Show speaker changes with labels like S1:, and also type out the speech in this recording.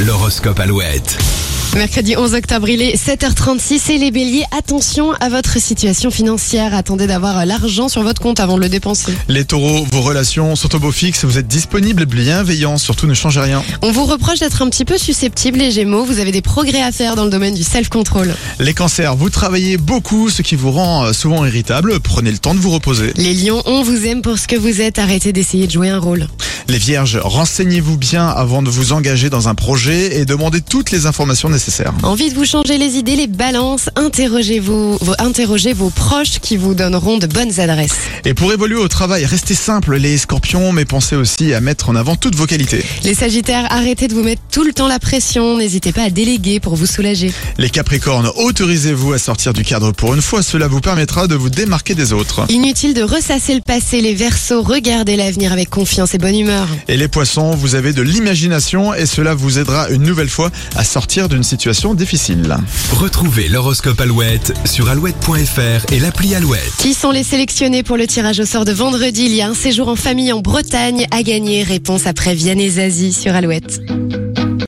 S1: L'horoscope Alouette.
S2: Mercredi 11 octobre, il est 7h36 et les béliers, attention à votre situation financière. Attendez d'avoir euh, l'argent sur votre compte avant de le dépenser.
S3: Les taureaux, vos relations sont au beau fixe, vous êtes disponible, bienveillant, surtout ne changez rien.
S2: On vous reproche d'être un petit peu susceptible, les gémeaux. Vous avez des progrès à faire dans le domaine du self-control.
S3: Les cancers, vous travaillez beaucoup, ce qui vous rend euh, souvent irritable, prenez le temps de vous reposer.
S2: Les lions, on vous aime pour ce que vous êtes. Arrêtez d'essayer de jouer un rôle.
S3: Les vierges, renseignez-vous bien avant de vous engager dans un projet et demandez toutes les informations nécessaires.
S2: Envie de vous changer les idées, les balances. Interrogez-vous, vos- interrogez vos proches qui vous donneront de bonnes adresses.
S3: Et pour évoluer au travail, restez simple les scorpions, mais pensez aussi à mettre en avant toutes vos qualités.
S2: Les sagittaires, arrêtez de vous mettre tout le temps la pression. N'hésitez pas à déléguer pour vous soulager.
S3: Les capricornes, autorisez-vous à sortir du cadre pour une fois, cela vous permettra de vous démarquer des autres.
S2: Inutile de ressasser le passé, les versos, regardez l'avenir avec confiance et bonne humeur.
S3: Et les poissons, vous avez de l'imagination et cela vous aidera une nouvelle fois à sortir d'une situation difficile.
S1: Retrouvez l'horoscope Alouette sur alouette.fr et l'appli Alouette.
S2: Qui sont les sélectionnés pour le tirage au sort de vendredi Il y a un séjour en famille en Bretagne à gagner. Réponse après Vianney Zazie sur Alouette.